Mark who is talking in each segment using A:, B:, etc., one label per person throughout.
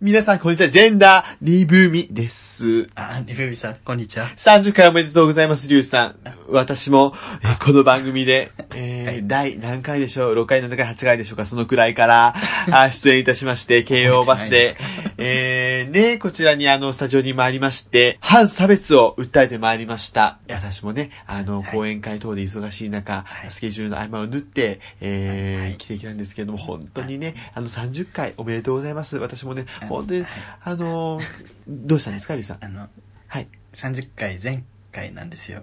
A: 皆さん、こんにちは。ジェンダー、リブミです。
B: あ、リブミさん、こんにちは。
A: 30回おめでとうございます、リュウさん。私も、えーこの番組で、えー第何回でしょう ?6 回、7回、8回でしょうかそのくらいから、 あ出演いたしまして、京王バスで、えー、ね、こちらにあの、スタジオに参りまして、反差別を訴えて参りました。いや私もね、あの、
B: はい
A: 講演会等で忙しい中、
B: はい
A: スケジュールの合間を縫って、えー生きてきたんですけれども、本当にね、あの、30回おめでとうございます。私もね、本当に
B: はい、
A: あのー、どうしたんですか、リュウさん。
B: あの、
A: はい。
B: 30回前回なんですよ。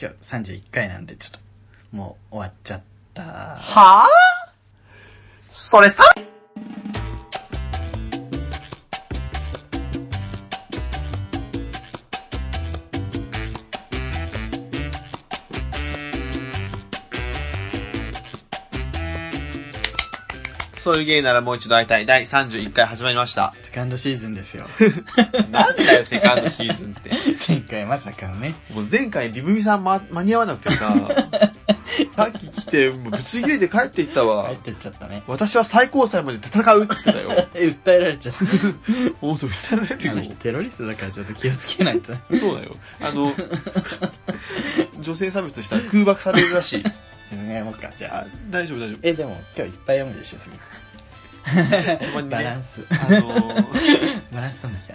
B: 今日31回なんで、ちょっと、もう終わっちゃった。
A: はあそれさそういう芸ならもう一度会いたい第31回始まりました。
B: セカンドシーズンです よ。
A: なんだよ、セカンドシーズンって。
B: 前回まさかのね。
A: もう前回リブミさん、ま、間に合わなくてさ、さっき来て、もうブチ切れて帰っていったわ
B: 入っ。てっちゃったね。
A: 私は最高裁まで戦うって言ってたよ。
B: え、訴えられちゃ った。
A: 本当訴えられ
B: あ
A: る
B: の
A: よ
B: 人テロリストだからちょっと気をつけ ないと。
A: そうだよあの 女性差別したら空爆されるらしい
B: やもうか、じゃ
A: あ
B: あ。
A: 大丈夫大丈
B: え、でも今日いっぱい読むでしょ、すぐ。
A: 夫ほんまに
B: バラン
A: ね
B: ス。
A: あの
B: バランス取んなきゃ。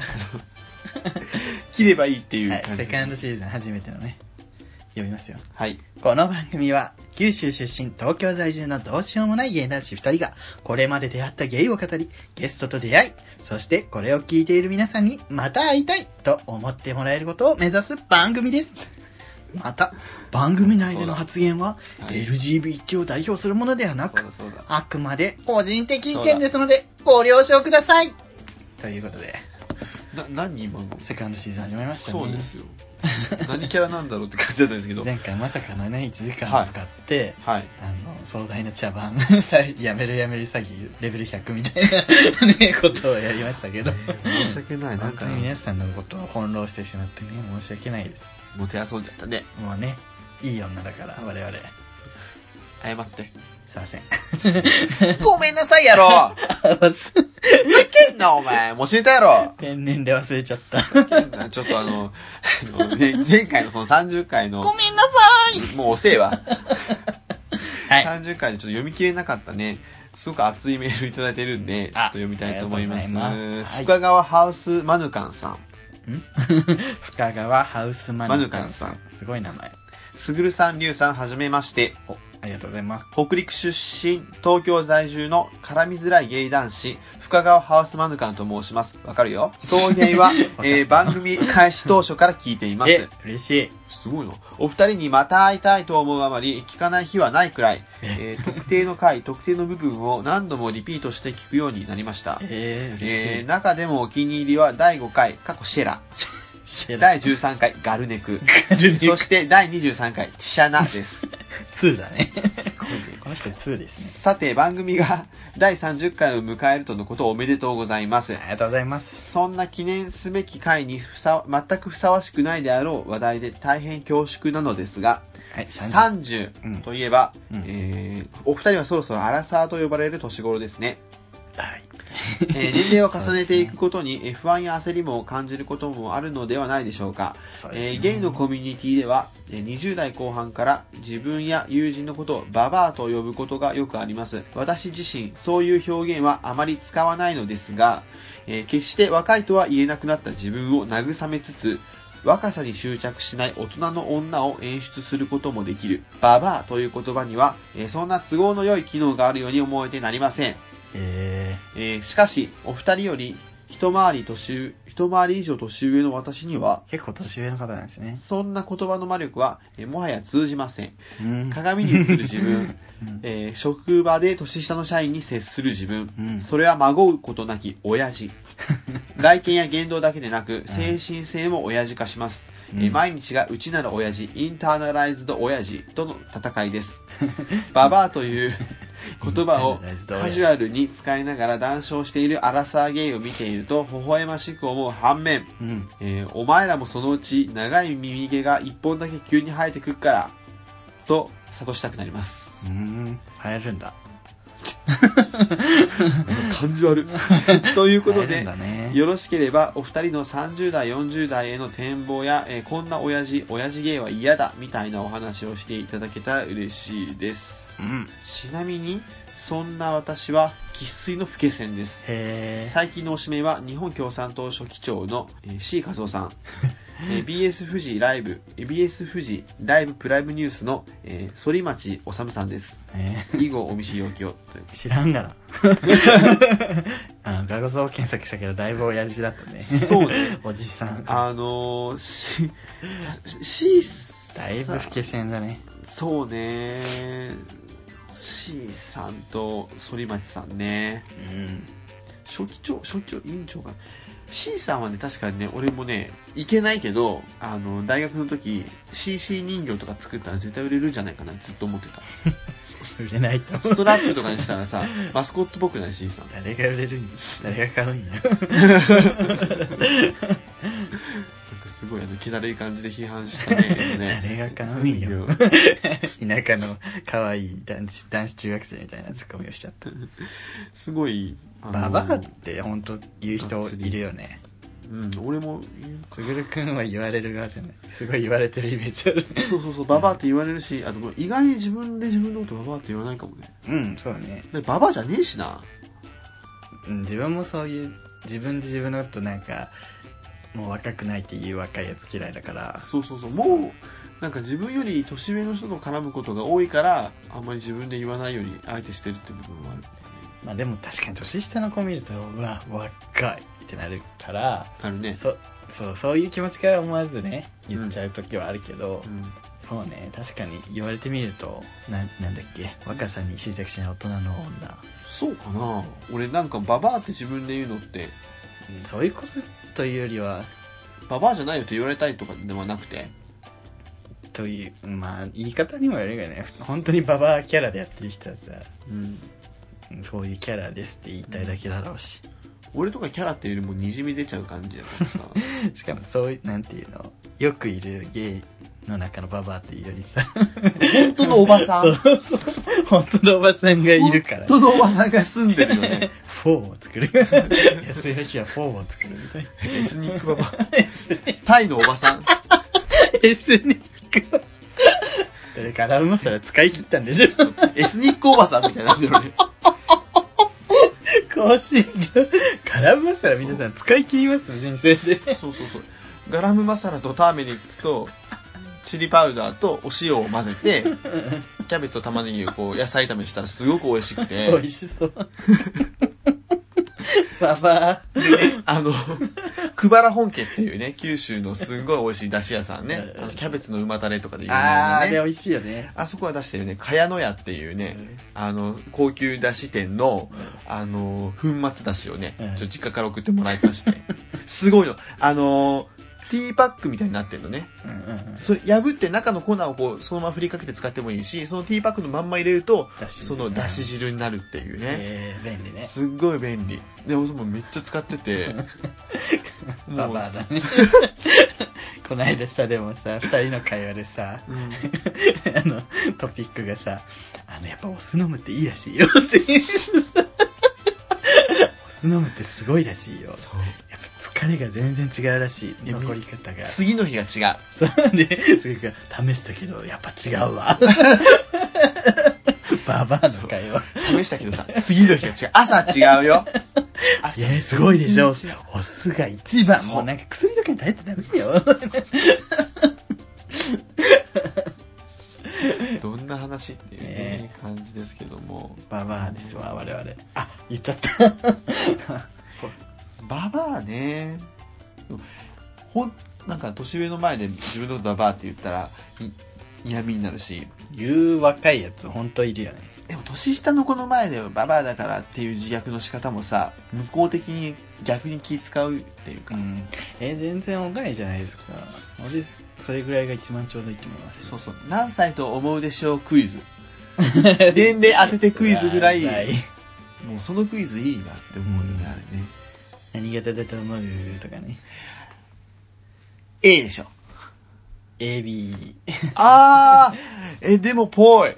A: 切ればいいっていう
B: はい、
A: 感じ
B: セカンドシーズン初めてのね、読みますよ。
A: はい
B: この番組は九州出身東京在住のどうしようもない芸男子2人がこれまで出会ったゲイを語りゲストと出会いそしてこれを聞いている皆さんにまた会いたいと思ってもらえることを目指す番組ですまた番組内での発言は
A: そうだはい
B: LGBT を代表するものではな
A: そうだ
B: く
A: そうだ
B: あくまで個人的意見ですのでご了承くださいということで
A: な何今の
B: セカンドシーズン始まりましたね
A: そうですよ 何キャラなんだろうって感じだったんですけど
B: 前回まさかのね1時間使って、
A: はい
B: あの、壮大な茶番、 さやめるやめる詐欺、レベル100みたいなね、 ことをやりましたけど。
A: 申し訳ないな
B: 本
A: ん
B: 当
A: か
B: に皆さんのことを翻弄してしまってね、申し訳ないです。
A: もてあそんじゃったね
B: もうね、いい女だから、我々。
A: 謝って
B: すいません。
A: ごめんなさいやろふざけんなお前もう教えたやろ
B: 天然で忘れちゃっ た。
A: ちょっとあの、あのね、前回のその30回の、
B: ごめんなさ
A: もう遅えわ。
B: いはい。
A: 30回でちょっと読み切れなかったね。すごく熱いメールいただいてるんで、ちょっと
B: あ
A: 読みたいと思いま
B: あ
A: す。
B: りがとうございますはい
A: 深川ハウスマヌカンさん。
B: ん深川ハウスマヌカンさ
A: マ
B: ん。すごい名前。
A: すぐるさん、りゅうさん、はじめまして。
B: お、ありがとうございます。
A: 北陸出身、東京在住の絡みづらい芸男子、深川ハウスマヌカンと申します。わかる よ。送迎は、えー番組開始当初から聞いていま
B: え
A: す。、
B: 嬉しい。
A: すごいな。お二人にまた会いたいと思うあまり、聞かない日はないくらい、えー特定の 回、特定の部分を何度もリピートして聞くようになりました。
B: えー、嬉しい。
A: えー中でもお気に入りは第5回、過去シェラ。
B: シェラ
A: 第13回、ガルネ ク。
B: ルネ
A: そして第23回、チシャナ です。
B: 2だね。この人2ですね。
A: さて、番組が第30回を迎えるとのことをおめでとうございます
B: あ。りがとうございます。
A: そんな記念すべき回にふさわ全くふさわしくないであろう話題で大変恐縮なのですが、
B: はい、30
A: 30といえば、
B: うん
A: えーお二人はそろそろアラサーと呼ばれる年頃です ね。
B: はい。
A: えー年齢を重ねていくことにえー不安や焦りも感じることもあるのではないでしょうか。
B: そうですね
A: えーゲイのコミュニティでは、えー20代後半から自分や友人のことをババアと呼ぶことがよくあります。私自身、そういう表現はあまり使わないのですが、えー決して若いとは言えなくなった自分を慰めつつ、若さに執着しない大人の女を演出することもできる。ババアという言葉には、えーそんな都合の良い機能があるように思えてなりません。
B: え
A: えーしかし、お二人より一回り年、一回り以上年上の私には、
B: ー、結構年上の方なんですね。
A: そんな言葉の魔力は、えーもはや通じません。
B: うん
A: 鏡に映る自 分、
B: うん
A: えー職場で年下の社員に接する自分、
B: うん
A: それは孫うことなき親 父。外見や言動だけでなく、精神性も親父化します。えー
B: うん
A: 毎日がうちなら親父、インターナライズド親父との戦いです。ババアと いう言葉をカジュアルに使いながら談笑しているアラサーゲイを見ていると微笑ましく思う反面、
B: うん。
A: えーお前らもそのうち長い耳毛が一本だけ急に生えてくっから、と諭したくなります。
B: うん。流行るんだ。
A: なん か感じ悪い ということ
B: 会えるん
A: で
B: だね
A: よろしければお二人の30代40代への展望や、えーこんな親父親父芸は嫌だみたいなお話をしていただけたら嬉しいです
B: うん
A: ちなみにそんな私は生粋の不け線です
B: へ
A: 最近のおしめは日本共産党書記長のえー C 和夫さん えー BS 富士ライブえー BS 富士ライブプライムニュースの、えー、反町治さんです
B: えね
A: 以後お見知りおきを という
B: 知らん がなあの画像検索したけどだいぶ親父だったね
A: そうね
B: おじさんだ
A: あのー、し C さ
B: いぶ老け線だね
A: そうね C さんと反町さんね
B: うん
A: 書記長書記長委員長か C さんはね確かにね俺もね行けないけどあの大学の時 CC 人形とか作ったら絶対売れるんじゃないかなずっと思ってた
B: 売れないと思
A: ス
B: う
A: トラップとかにしたら さマスコットっぽくない C さん
B: 誰が売れるん誰が買うんや
A: なんかすごいあの気だるい感じで批判した ね
B: 誰が買うん
A: 人
B: よ
A: 形
B: 田舎の可愛い男子男子中学生みたいなツッコミをしちゃった
A: すごいあの
B: ババアって本当言う人いるよね
A: うん俺も
B: すぐるくんは言われる側じゃないすごい言われてるイメージある
A: そうそうそうババアって言われるしあと意外に自分で自分のことババアって言わないかもね
B: うんそうね、
A: でババアじゃねえしな
B: うん、自分もそういう自分で自分のことなんかもう若くないっていう若いやつ嫌いだから
A: そうそうそう
B: そう
A: もうなんか自分より年上の人と絡むことが多いからあんまり自分で言わないように相手してるって部分はある
B: まあでも確かに年下の子見るとうわ若いってなるから
A: あるね、
B: そそうそういう気持ちから思わずね言っちゃう時はあるけど、
A: うん、
B: そうね確かに言われてみるとななんだっけ若さに執着しない大人の女、
A: そうかな俺なんかババアって自分で言うのって
B: うん、そういうことというよりは
A: ババアじゃないよって言われたいとかではなくて
B: というまあ言い方にもよるよね本当にババアキャラでやってる人はさ
A: うん
B: うんそういうキャラですって言いたいだけだろうし
A: 俺とかキャラっていうよりもにじみ出ちゃう感じだから さ
B: しかもそういうなんていうのよくいるゲイの中のババアっていうよりさ
A: 本当のおばさん
B: そうそう本当のおばさんがいるから
A: 本当のおばさんが住んでるよね
B: フォーを作る休みの日はフォーを作るみたいな
A: エスニックババア
B: エスニ
A: タイのおばさん
B: ックだからうまさら使い切ったんでしょ
A: エスニックおばさんみたいになってるよね
B: 更新料絡むますら皆さん使い切ります人生で
A: そうそうそう。ガラムマサラとターメリックと、チリパウダーとお塩を混ぜて、キャベツと玉ねぎをこう野菜炒めにしたらすごく美味しく
B: 美
A: て、
B: 味しそうババア
A: あの、久原本家っていうね、九州のすんごい美味しい出汁屋さんね、あのキャベツの馬タレとかで有名
B: あー
A: な
B: あれ
A: ね。
B: 美味しいよね
A: あそこは出してるね、茅野屋っていうね、あの、高級出汁店の、あの、粉末出汁をね、ち
B: う
A: ょ
B: ん
A: っと実家から送ってもらいまして、すごいの。あの、ティーパックみたいになってるのね。
B: うんうんうん
A: それ破って中の粉をこうそのまま振りかけて使ってもいいしそのティーパックのまんま入れると
B: だし
A: そのだし汁になるっていうね、
B: えー便利ね
A: すっごい便利でももうめっちゃ使って てもう
B: ババアだねこないださでもさ2人の会話でさ
A: うん
B: あのトピックがさあのやっぱお酢飲むっていいらしいよっていうさお酢飲むってすごいらしいよ
A: そう
B: やっぱ疲れが全然違うらしい
A: いや
B: 残り方が
A: 次の日が違う
B: そうねそれから試したけどやっぱ違う わババアの会話
A: 試したけどさ次の日が違う朝違うよ
B: い
A: 朝
B: やすごいでしょ
A: 全然違う
B: お酢が一番
A: そう
B: もうなんか薬とかに頼ってダメだ よ
A: どんな話っていう、ね
B: ね
A: 感じですけども
B: ババアですわ我々あ言っちゃった
A: ババアねほんなんか年上の前で自分のことババアって言ったらい嫌味になるし
B: 言う若いやつ本当いるよね
A: でも年下の子の前でババアだからっていう自虐の仕方もさ無効的に逆に気使うっていうか、
B: んえ全然若いじゃないですか俺それぐらいが一番ちょうどいいと思います
A: そうそう何歳と思うでしょうクイ ズ年齢当ててクイズぐらい
B: やばい
A: もうそのクイズいいなって思うよねあれね
B: 何型だと思うとかね
A: A でしょ
B: AB
A: あーえでもぽい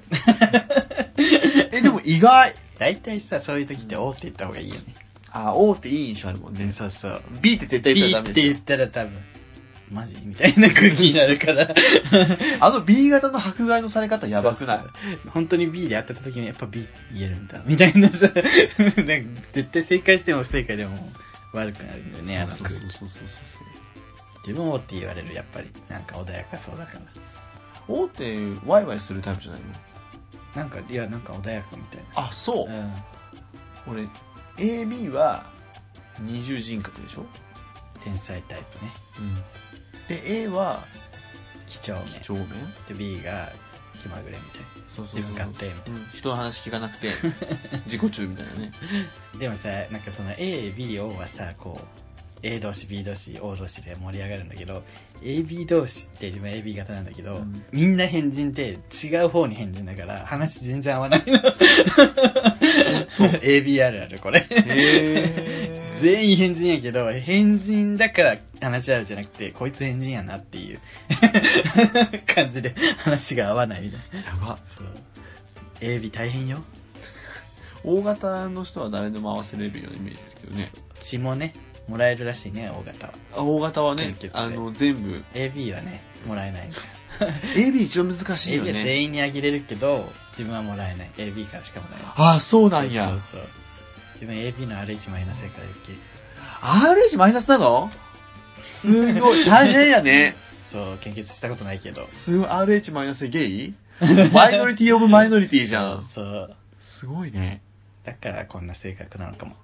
A: えでも意外
B: 大体さ、そういう時って、おーって言った方がいいよね。
A: あ、O っていい印象あるもんね。
B: そうそう。
A: B って絶対言ったらダ
B: ピーっ
A: メ
B: て
A: で
B: 言
A: す
B: っ
A: よ。
B: たら多分、マジみたいな空気になるから。
A: あの B 型の迫害のされ方やばくない
B: そうそう本当に B で当たった時にやっぱ B って言えるんだみたいなさ なんか絶対正解しても不正解でも悪くなるんだよねあの
A: そうそう
B: 自
A: そうそうそう
B: 分をって言われるやっぱりなんか穏やかそうだから
A: O ってワイワイするタイプじゃないの
B: なんかいやなんか穏やかみたい
A: あ、そう。
B: な、
A: 俺、AB は二重人格でしょ
B: うん、天才タイプね
A: で、A は
B: 几帳面
A: 几帳面
B: で B が気まぐれみたいな
A: そう
B: 自分勝手みたい
A: うん人の話聞かな くて自己中みたいなね
B: なでもさなんかその ABO はさこう A 同士 B 同士 O 同士で盛り上がるんだけど AB 同士って自分 AB 型なんだけど、
A: うん
B: みんな変人で違う方に変人だから話全然合わないの AB あるあるこれ
A: へー
B: 全員変人やけど変人だから話し合うじゃなくてこいつ変人やなっていう 感じで話が合わないみたいな
A: やば
B: そう AB 大変よ
A: O 型の人は誰でも合わせれるようなイメージですけどね
B: 血もねもらえるらしいね O 型は
A: あ O 型はね
B: 献血で
A: あの全部
B: AB はねもらえない
A: AB 一番難しいよ
B: AB は
A: ね
B: 全員にあげれるけど自分はもらえない AB からしかもらえない
A: あそうなんや
B: そうそうそう自分 AB の RH マイナスやから余計
A: RH マイナスなのすごい大変やね
B: そう献血したことないけど
A: すごい RH マイナスゲ イマイノリティオブマイノリティじゃん
B: そうそう
A: すごいね
B: だからこんな性格なのかも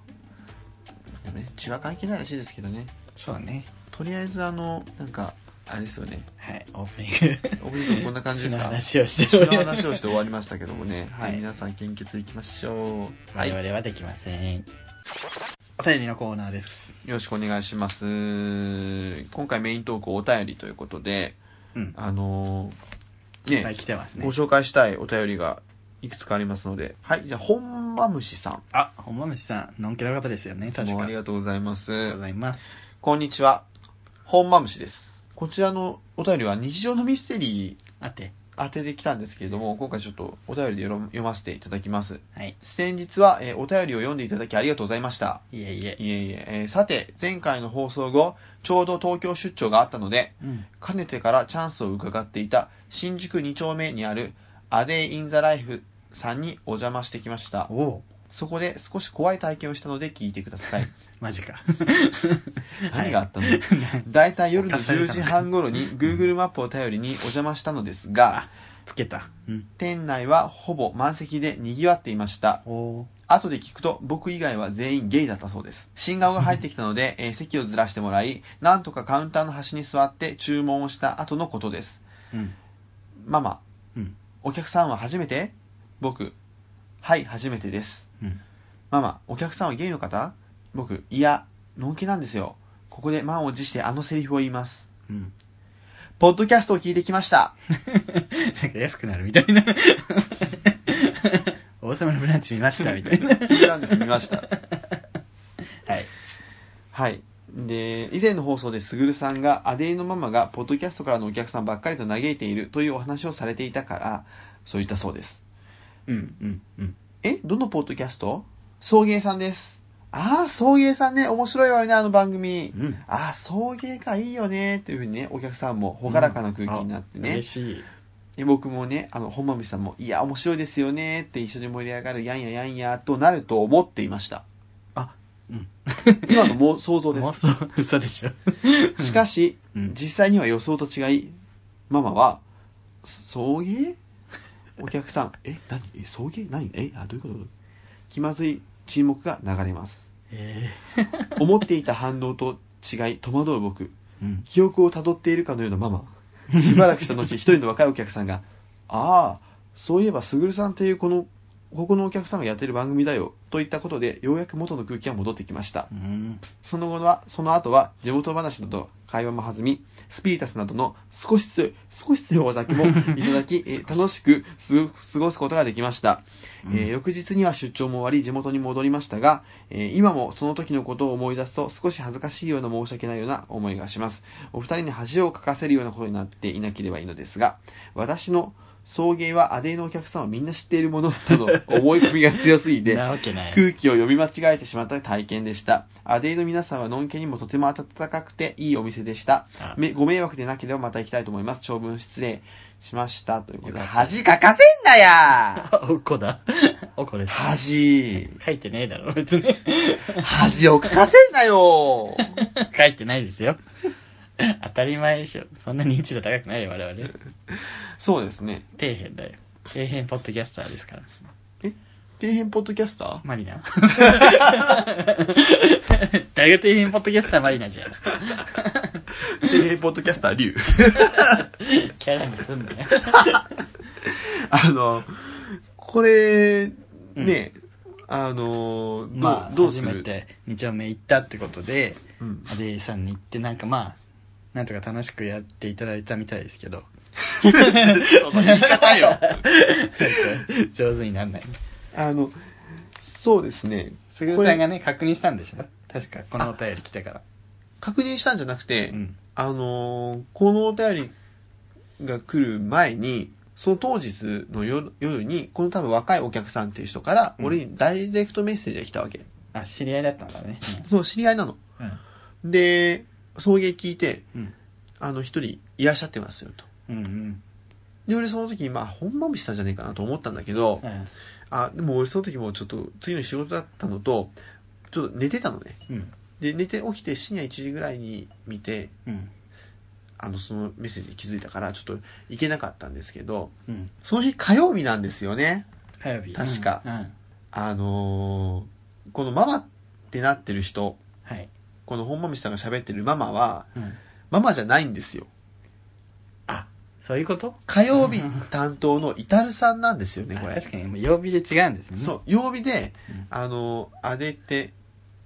A: でもね血は関係ないらしいですけどね
B: そうね
A: とりあえずあのなんかあれですよね
B: はいオープニング
A: オブリンこんな感じです
B: 血の
A: か
B: 話をして
A: 血
B: お
A: の
B: ります
A: 話をして終わりましたけどもね、はい
B: はい
A: 皆さん献血いきましょうはい
B: 我
A: よ
B: 々はできませんお便りのコーナーです
A: ろしくお願いします今回メイントークお便りということで
B: うん
A: あのー
B: いっぱい
A: ね
B: 来てますね
A: ご紹介したいお便りがいくつかありますのではいじゃあ本間虫さん
B: あ本間虫さんのんけの方ですよね
A: い
B: 確
A: つ
B: か
A: もあり
B: ありが
A: がとうございます
B: とうございます
A: こんにちは本間虫ですこちらのお便りは日常のミステリー
B: あって
A: 当てできたんですけれども今回ちょっとお便りで読読ませていただきます
B: はい
A: 先日は、えーお便りを読んでいただきありがとうございました。
B: いえいえ
A: いえいえ、えーさて、前回の放送後、ちょうど東京出張があったので、
B: うん
A: かねてからチャンスを伺っていた新宿2丁目にあるアデイ・イン・ザ・ライフさんにお邪魔してきました。
B: おお
A: そこで少し怖い体験をしたので聞いてください。
B: マジか
A: 何があったのだいたい夜の
B: 犯され
A: 10
B: たの
A: 時半頃に Google マップを頼りにお邪魔したのですが、
B: つけたうん
A: 店内はほぼ満席で賑わっていました。
B: おお
A: 後で聞くと僕以外は全員ゲイだったそうです。新顔が入ってきたの で、えー席をずらしてもらい、なんとかカウンターの端に座って注文をした後のことです。
B: うん
A: ママ、
B: うん
A: お客さんは初めて僕、はい、初めてです。
B: うん
A: ママ、お客さんはゲイの方僕、いや、のんけなんですよ。ここで満を持してあのセリフを言います。
B: うん
A: ポッドキャストを聞いてきました。
B: なんか安くなるみたい な。王様のブランチ見ましたみたいな。
A: 聞いたんです、見ました。
B: はい。
A: はい。で、以前の放送で、すぐるさんが、アデイのママが、ポッドキャストからのお客さんばっかりと嘆いているというお話をされていたから、そう言ったそうです。
B: うんうんうん。
A: えどのポッドキャスト送迎さんです。ああ、送迎さんね、面白いわよね、あの番組。
B: うん。
A: ああ、送迎か、いいよね、というふうにね、お客さんも、ほからかな空気になってね。
B: 嬉しい。
A: で僕もね、あの、本間美さんも、いや、面白いですよね、って一緒に盛り上がる、やんややんや、となると思っていました。
B: あ、うん。
A: 今のもう想像で
B: 妄
A: す。
B: 想、嘘でしょ。
A: しかし、
B: うん
A: 実際には予想と違い、ママは、送迎お客さん、え、何え、送迎何え、あ、どういうこと気まずい沈黙が流れます。
B: え
A: 思っていた反応と違い、戸惑う僕、
B: えうん。
A: 記憶をたどっているかのようなママ。しばらくした後、一人の若いお客さんが、ああ、そういえば、すぐるさんっていうこの、ここのお客さんがやってる番組だよ、といったことで、ようやく元の空気が戻ってきました。
B: うん。
A: その後は、その後は、地元話など、会話も弾み、スピリタスなどの少し強い、少し強いお酒もいただき、えー楽しくす過ごすことができました、えー翌日には出張も終わり、地元に戻りましたが、えー今もその時のことを思い出すと、少し恥ずかしいような申し訳ないような思いがします。お二人に恥をかかせるようなことになっていなければいいのですが、私の送迎はアデイのお客さんはみんな知っているものとの思い込みが強すぎ て、
B: なわけない。
A: 空気を読み間違えてしまった体験でした。アデイの皆さんはのんけにもとても温かくていいお店でした
B: あ。
A: めご迷惑でなければまた行きたいと思います。長文失礼しました。ということで、
B: よかった
A: 恥かかせんなや
B: おこだ。おこです。
A: 恥、
B: 書いてねえだろ、別に。
A: 恥をかかせんなよ
B: 書いてないですよ。当たり前でしょ。そんな認知度高くないよ、我々。
A: そうですね。
B: 底辺だよ。底辺ポッドキャスターですから。
A: 底辺ポッドキャスタ
B: マリナ。大学底辺ポッドキャスターマリナじゃん。
A: ー底辺ポッドキャスター、リュウ。
B: キャラにすんなよ。
A: あの、これ、
B: うん
A: ね、あの、どう、
B: まあ、
A: どうす
B: 初め
A: る
B: て2丁目行ったってことで、
A: うん
B: アデイさんに行って、なんかまあ、なんとか楽しくやっていただいたみたいですけど、
A: その言い方よ。
B: 上手になんない。
A: あの、そうですね。
B: すぐるさんがね、確認したんでしょ確か、このお便り来たから。
A: 確認したんじゃなくて、
B: うん。
A: あのーこのお便りが来る前に、その当日の夜夜に、この多分若いお客さんっていう人から、
B: うん
A: 俺にダイレクトメッセージが来たわけ。
B: あ、知り合いだったんだね。
A: そう、知り合いなの。
B: うん。
A: で、送迎聞いて、
B: うん
A: あの、一人いらっしゃってますよと。
B: うんうん
A: で、俺その時、まあ、本間虫さんじゃねえかなと思ったんだけど、
B: うん。
A: あ、でも俺その時もうちょっと、次の日仕事だったのと、ちょっと寝てたのね。
B: うん。
A: で、寝て起きて深夜1時ぐらいに見て、
B: うん。
A: あの、そのメッセージに気づいたから、ちょっと行けなかったんですけど、
B: うん。
A: その日火曜日なんですよね。
B: 火曜日。
A: 確か
B: うん。うん
A: あのーこのママってなってる人、
B: はい。
A: この本間道さんが喋ってるママは、
B: うん。
A: ママじゃないんですよ。
B: あ、そういうこと
A: 火曜日担当のイタルさんなんですよね、これ。
B: あ確かに、もう曜日で違うんですね。
A: そう、曜日で
B: うん、
A: あのー、あれって、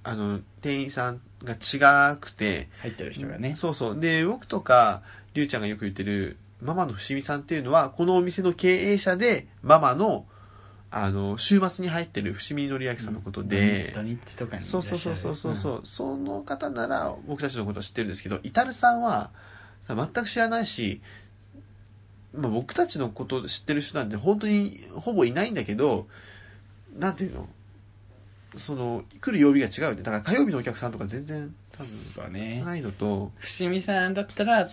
A: あの、店員さんが違くて、
B: 入ってる人がね。
A: そうそう。で、僕とか、りゅうちゃんがよく言ってる、ママの伏見さんっていうのは、このお店の経営者で、ママの、あの、週末に入ってる伏見のりあきさんのことで、
B: 土日とかにいらっしゃ
A: そうそ
B: る。
A: うそうそうそうそう、その方なら僕たちのことは知ってるんですけどイタルさんは全く知らないし、まあ、僕たちのこと知ってる人なんて本当にほぼいないんだけどなんていうのその来る曜日が違うよねだから火曜日のお客さんとか全然多分
B: うんそうね。
A: ないのと、
B: 伏見さんだったら、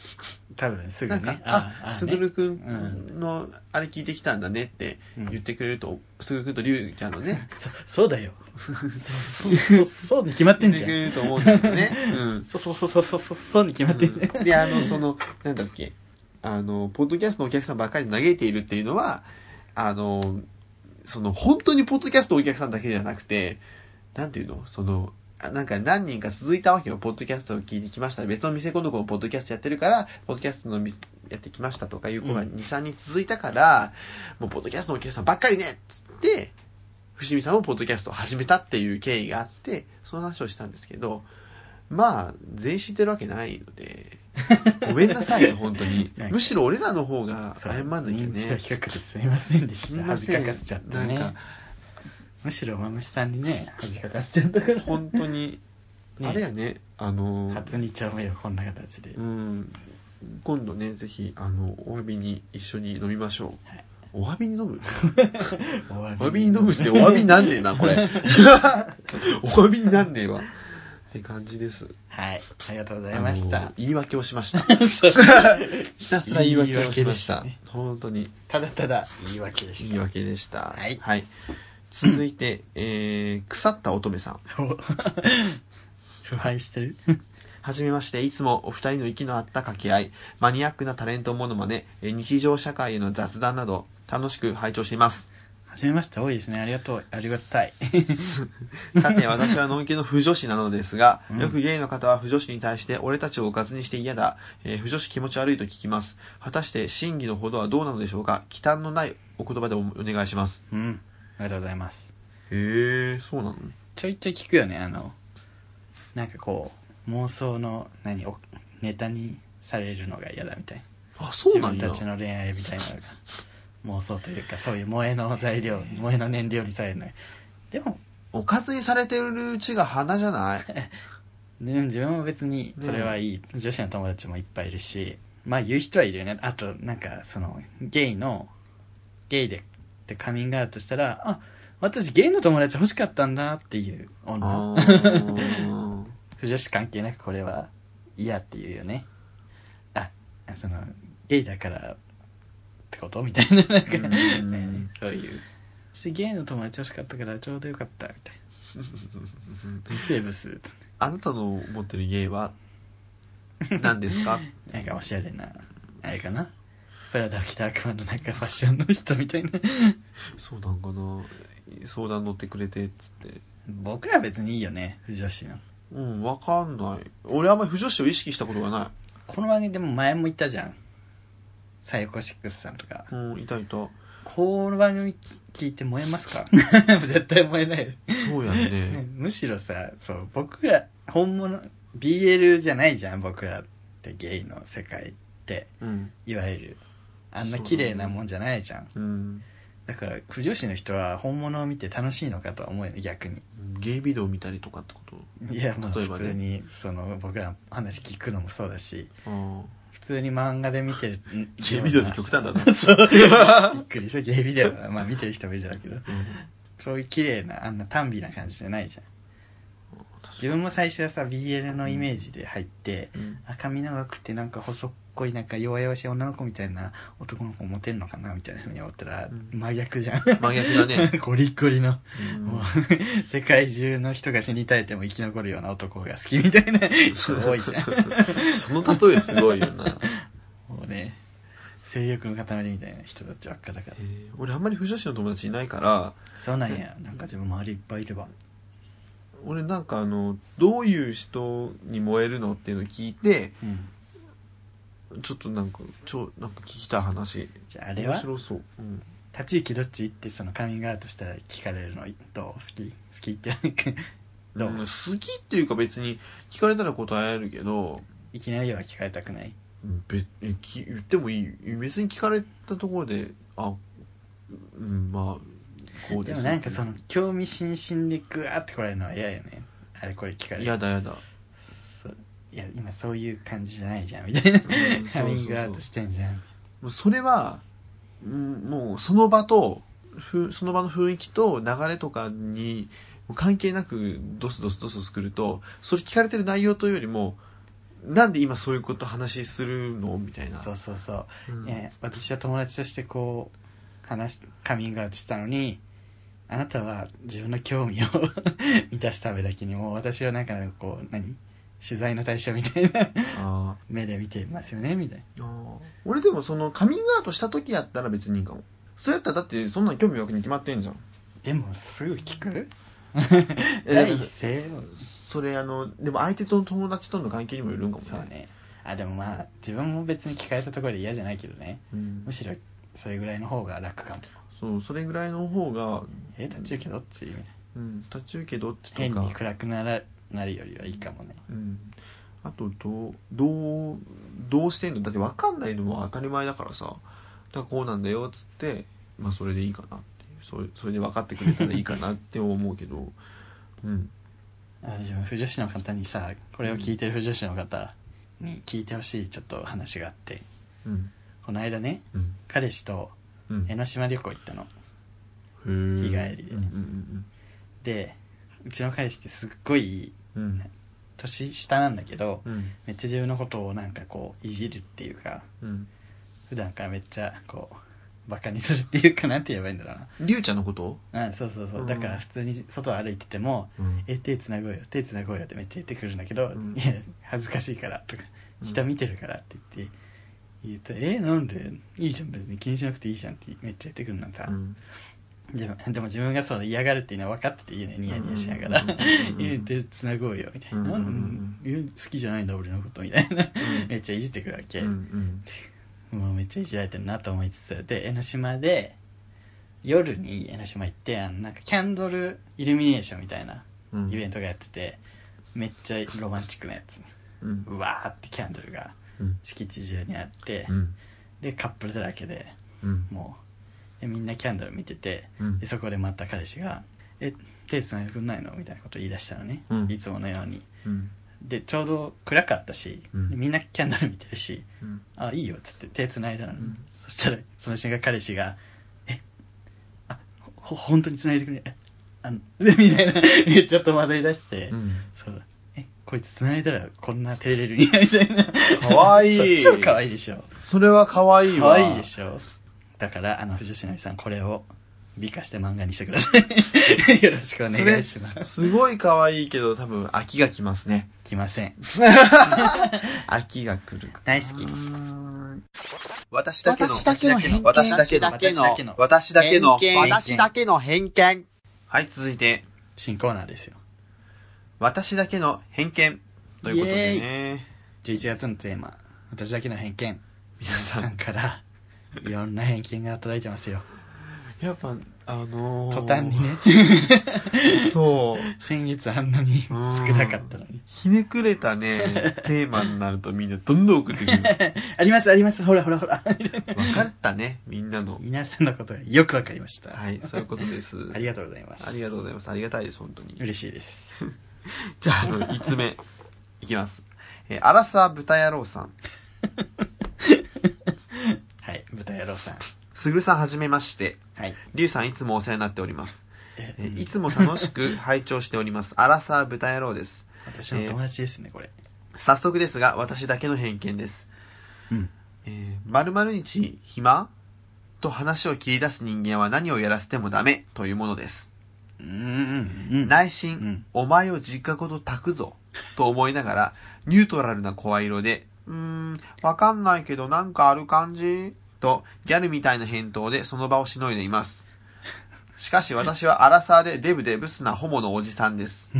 B: 多分すぐ
A: なん
B: ね。
A: か、あ、すぐ
B: ね
A: るくんのあれ聞いてきたんだねって
B: うん
A: 言ってくれると、すぐるくんとりゅうちゃんのね、
B: そそうだよ。そそそうに決まって
A: 言
B: ん
A: って
B: じ
A: く
B: ゃん。
A: れると思うんですよ ね。うん。
B: そうそうそうそうそうそうに決まってんじゃん。
A: であのそのなんだっけあのポッドキャストのお客さんばっかり嘆いているっていうのはあのその本当にポッドキャストのお客さんだけじゃなくてなんていうのそのあなんか何人か続いたわけよポッドキャストを聞いてきました別の店今度このポッドキャストやってるからポッドキャストのみやってきましたとかいう子が
B: うん
A: 23人続いたから、もうポッドキャストのお客さんばっかりねっつって伏見さんもポッドキャストを始めたっていう経緯があってその話をしたんですけどまあ全員知ってるわけないの でごめんなさいよ本当に
B: なんか
A: むしろ俺らの方が謝んなきゃ
B: 認知度
A: ね
B: 低くてすみませんでし
A: すみ
B: た。
A: ま
B: 恥
A: せ
B: か
A: ん
B: かせちゃった
A: なん
B: ね
A: か。
B: むしろマムシさんにね、恥かかせちゃったから。
A: 本当に、
B: ね
A: あれやねあの
B: 初に丁目をこんな形で
A: う。ん今度ねぜひあのお詫びに一緒に飲みましょう、お詫びに飲む
B: お
A: お詫びに飲むってお詫びになんねえなこ れお詫びになんねえわって感じです
B: はい。ありがとうございまし
A: あの
B: た。
A: 言い訳をしま した
B: そう
A: ひたすら言い訳をしました
B: 言い訳で
A: 本当に
B: ただただ言い訳でし
A: 言い
B: た。
A: 訳でした
B: はい
A: 続いて、えー、腐った乙女さん
B: お 腐敗してる
A: はじめまして、いつもお二人の息の合った掛け合い、マニアックなタレントモノマネ、えー日常社会への雑談など、楽しく拝聴しています。
B: はじめまして、多いですね。ありがとう。ありがた い。
A: さ て、私はのんけの不女子なのですが
B: う、ん
A: よくゲイの方は不女子に対して、俺たちをおかずにして嫌だ、えー不女子気持ち悪いと聞きます。果たして、真偽のほどはどうなのでしょうか忌憚のないお言葉でおお願いします。
B: うん。ありがとうございます。
A: へえ、そうなの
B: ちょいちょい聞くよね、あの、なんかこう、妄想の、何、おネタにされるのが嫌だみたいな。
A: あ、そうなん
B: 自
A: や
B: 分た。ちの恋愛みたいなのが、妄想というか、そういう萌えの材料、萌えの燃料にされるのが。でも、
A: おかずにされてるうちが花じゃない
B: でも自分も別にそれはいい、女子の友達もいっぱいいるしまあ言う人はいるよねあとなんかそのゲイのゲイでってカミングアウトしたら、あ、私ゲイの友達欲しかったんだっていう女。
A: あ ー
B: 不女子関係なくこれは嫌っていうよね。あ、その、ゲイだからってことみたいな、なんか、
A: うん
B: そういう。私ゲイの友達欲しかったからちょうどよかった、みた いな。微生物。
A: あなたの持ってるゲイは何ですか
B: なんかおしゃれな、あれかな。プラダを着た悪魔のなんかファッションの人みたいな。
A: そうなんかな相談乗ってくれてっつって
B: 僕ら別にいいよね、不女子の。
A: うんわかんない俺あんまり不女子を意識したことがな
B: この番組でも前も言ったじゃん。サイコシックスさんとか。
A: いうんいたいた
B: この番組聞いて燃えますか 絶対燃えない。
A: そうやん ね
B: むしろさ、そう、僕ら、本物、BL じゃないじゃん、僕らってゲイの世界って。
A: うん
B: いわゆる。あんな綺麗なもんじゃないじゃん。
A: うん
B: だから、不女子の人は本物を見て楽しいのかとは思うよね、逆に。
A: ゲイビデオ見たりとかってこと
B: いや、まあ
A: 例え
B: 普
A: ばね
B: 通に、その、僕らの話聞くのもそうだし、
A: あ
B: 普通に漫画で見てる。
A: ゲイビデオで極端だな
B: そう。
A: あ
B: びっくりした、ゲイビデオは。まあ見てる人もいるだろうけど。
A: うん
B: そういう綺麗な、あんな単美な感じじゃないじゃん。自分も最初はさ、BL のイメージで入って、
A: うん
B: 赤身長くてなんか細っこいなんか弱々しい女の子みたいな男の子モテるのかなみたいなふうに思ったら、
A: うん
B: 真逆じゃん。
A: 真逆だね
B: ゴリッゴリの、
A: うん
B: もう、世界中の人が死に絶えても生き残るような男が好きみたいな人多いじゃん。
A: その例えすごいよな、
B: もうね、性欲の塊みたいな人たちばっかだから
A: え。ー俺あんまり不女子の友達いないから
B: そうなんや。なんか自分周りいっぱいいれば。
A: 俺なんかあのどういう人に燃えるのっていうのを聞いて
B: うん。
A: ちょっとなんかちょなんか聞きたい話
B: じゃああれは
A: 面白そう、うん、
B: 立ち行きどっちってそのカミングアウトしたら聞かれるのどう好き好きってなんか どう
A: うん好きっていうか別に聞かれたら答えるけど
B: いきなりは聞かれたくない
A: うんべえき言ってもいい別に聞かれたところであうんまあこう
B: で
A: で
B: も
A: す
B: なんかその興味津々でグワーって来られるのは嫌よねあれこれ聞かれる
A: やだやだ
B: そういや今そういう感じじゃないじゃんみたいな
A: うん
B: カミングア
A: そうそうそ
B: ウト
A: う
B: してんじゃん
A: もうそれは、うんもうその場と、ふその場の雰囲気と流れとかにもう関係なくドスドスドスドスくると、それ聞かれてる内容というよりも、なんで今そういうこと話するのみたいな。
B: そうそうそう、
A: うん
B: いや私は友達としてこう話しカミングアウトしたのにあなたは自分の興味を 満たすためだけにもう私はなんかこう何取材の対象みたいな
A: あ
B: 目で見てますよねみたいな
A: ーあー俺でもそのカミングアウトした時やったら別にいいかも。そうやったらだってそんなの興味湧くに決まってんじゃん。
B: でもすぐ聞 く
A: え
B: 第一声を
A: それあの、でも相手との友達との関係にもよるんかもね。
B: そうねあでもまあ自分も別に聞かれたところで嫌じゃないけどね
A: うん
B: むしろそれぐらいの方が楽かも
A: そう、それぐらいの方が、
B: え立ち受けどっちみたいな
A: うん、立ち受けどっちとか。
B: 変に暗くならなるよりはいいかもね
A: うん、あとどうどうどうしてんのだって分かんないのも当たり前だからさだからこうなんだよっつってまあそれでいいかなっていうそれそれで分かってくれたらいいかなって思うけどうん
B: あ自分不女子の方にさこれを聞いてる不女子の方に聞いてほしいちょっと話があって
A: うん
B: この間ね
A: うん
B: 彼氏と
A: うん
B: 江ノ島旅行行ったの
A: へえ
B: 日帰りで
A: うんうん
B: でうちの彼氏ってすっごい
A: うんうん
B: 年下なんだけど
A: うん
B: めっちゃ自分のことをなんかこういじるっていうか
A: うん
B: 普段からめっちゃこうバカにするっていうかなんて言えばいいんだろう
A: りゅうちゃんのこと、
B: なうんそうそうそう、
A: うん
B: だから普通に外歩いてても
A: うん
B: 「え手つなごうよ手つなごうよ」ってめっちゃ言ってくるんだけど
A: う
B: 「
A: ん
B: いや恥ずかしいから」とか「
A: うん
B: 人見てるから」って言って言うと「えなんでいいじゃん別に気にしなくていいじゃん」ってめっちゃ言ってくるのさ、
A: うん
B: でもでも自分がその嫌がるっていうのは分かってて言うねニヤニヤしながら
A: う
B: 「
A: んうん
B: え手つなごうよ」みたいな
A: う
B: 「
A: ん
B: なんでうん好きじゃないんだ俺のこと」みたいな
A: うん
B: めっちゃいじってくるわけ、
A: うんうん
B: もうめっちゃいじられてるなと思いつつで江ノ島で夜に江ノ島行ってあのなんかキャンドルイルミネーションみたいな
A: うん
B: イベントがやっててめっちゃロマンチックなやつ
A: うん
B: うわーってキャンドルが
A: うん
B: 敷地中にあって
A: うん
B: でカップルだらけで
A: うん
B: もうでみんなキャンドル見てて
A: うん
B: でそこでまた彼氏が「え手つないでくんないの?」みたいなこと言い出したのね、
A: うん
B: いつものように
A: うん
B: でちょうど暗かったし、
A: うん
B: でみんなキャンドル見てるし
A: うん
B: あいいよっつって手つないだのに、
A: うん
B: そしたらその瞬間彼氏が「えほ本当に繋いでくれあの みたいなえちょっと笑い出して、
A: うん
B: そうえこいつ繋いだらこんな照れるんやみたいな
A: かわいい
B: そう超可愛いでしょ
A: それは可愛い
B: 可
A: わ。
B: 愛いでしょだからあの藤吉成さんこれを美化して漫画にしてくださ いよろしくお願いします
A: すごい可愛いけど、多分、秋が来ますね。
B: 来ません
A: 秋が来る。
B: 大好き
A: 私
C: だけの
B: 私だけの
A: 私だけの
B: 私だけの
A: 私だけの
C: 偏見私だけの偏見。
A: はい、続いて、
B: 新コーナーですよ
A: 私だけの偏見。ということでね、
B: 11月のテーマ私だけの偏見
A: 皆
B: 皆
A: さ
B: さ
A: ん
B: ん、からいろんな偏見が届いてますよ
A: やっぱ、あのー、
B: 途端にね
A: そう、
B: 先月あんなに少なかったのに
A: ひねくれたね、テーマになるとみんなどんどん送ってく る。
B: ありますありますほらほらほら
A: 分かったね、みんなの。
B: 皆さんのことがよくわかりました、
A: はい、そういうことです。
B: ありがとうございます
A: ありがとうござ
B: い
A: います。ありがたいです、本当に。
B: 嬉しいです
A: じゃあ、5つ目、いきます。えー、アラサー豚野郎さん。
B: はい豚野郎さん
A: すぐるさんはじめまして。
B: はい
A: りゅうさんいつもお世話になっております。
B: え
A: えーいつも楽しく 拝聴しております。アラサー豚野郎です。
B: 私の友達ですねこれ
A: 早速ですが、私だけの偏見です。
B: うん
A: えー、〇〇日暇と話を切り出す人間は何をやらせてもダメというものです。
B: うんうんうん
A: 内心、
B: うん
A: お前を実家ごと炊くぞと思いなが ら、ニュートラルな声色で、うーん、わかんないけどなんかある感じと、ギャルみたいな返答でその場をしのいでいます。しかし私はアラサーでデブでブスなホモのおじさん です。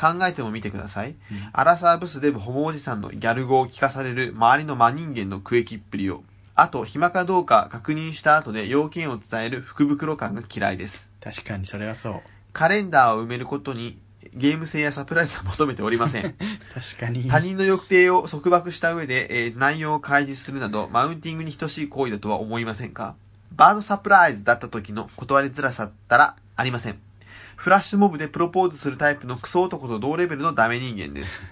A: 考えてもみてください。アラサーブスデブホモおじさんのギャル語を聞かされる周りの真人間の食えきっぷりを。あと、暇かどうか確認した後で要件を伝える福袋感が嫌いです。
B: 確かにそれはそう
A: カレンダーを埋めることにゲーム性やサプライズは求めておりません。
B: 確かに
A: 他人の抑定を束縛した上で、えー内容を開示するなど、マウンティングに等しい行為だとは思いませんかバードサプライズだった時の断りづらさったらありません。フラッシュモブでプロポーズするタイプのクソ男と同レベルのダメ人間です。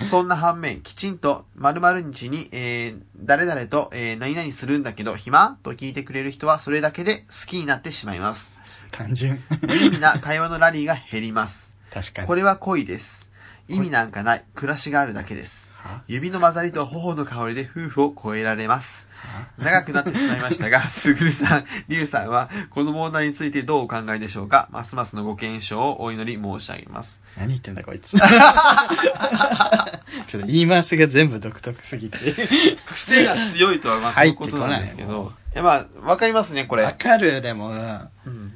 A: そんな反面、きちんと〇〇日に、えー誰々と、えー何々するんだけど暇と聞いてくれる人はそれだけで好きになってしまいます。
B: 単純
A: 無意味な会話のラリーが減ります。
B: 確かに
A: これは恋です。意味なんかない。暮らしがあるだけです。
B: は
A: 指の混ざりと頬の香りで夫婦を超えられます。長くなってしまいました が、すぐるさん、りゅうさんは、この問題についてどうお考えでしょうかますますのご検証をお祈り申し上げます。
B: 何言ってんだこいつ ちょっと言い回しが全部独特すぎて
A: 癖が強いとは全くことなんですけ
B: 入ってこない
A: ど。いや、まあ、わかりますね、こ
B: わ
A: れ。
B: かるでもうん
A: うん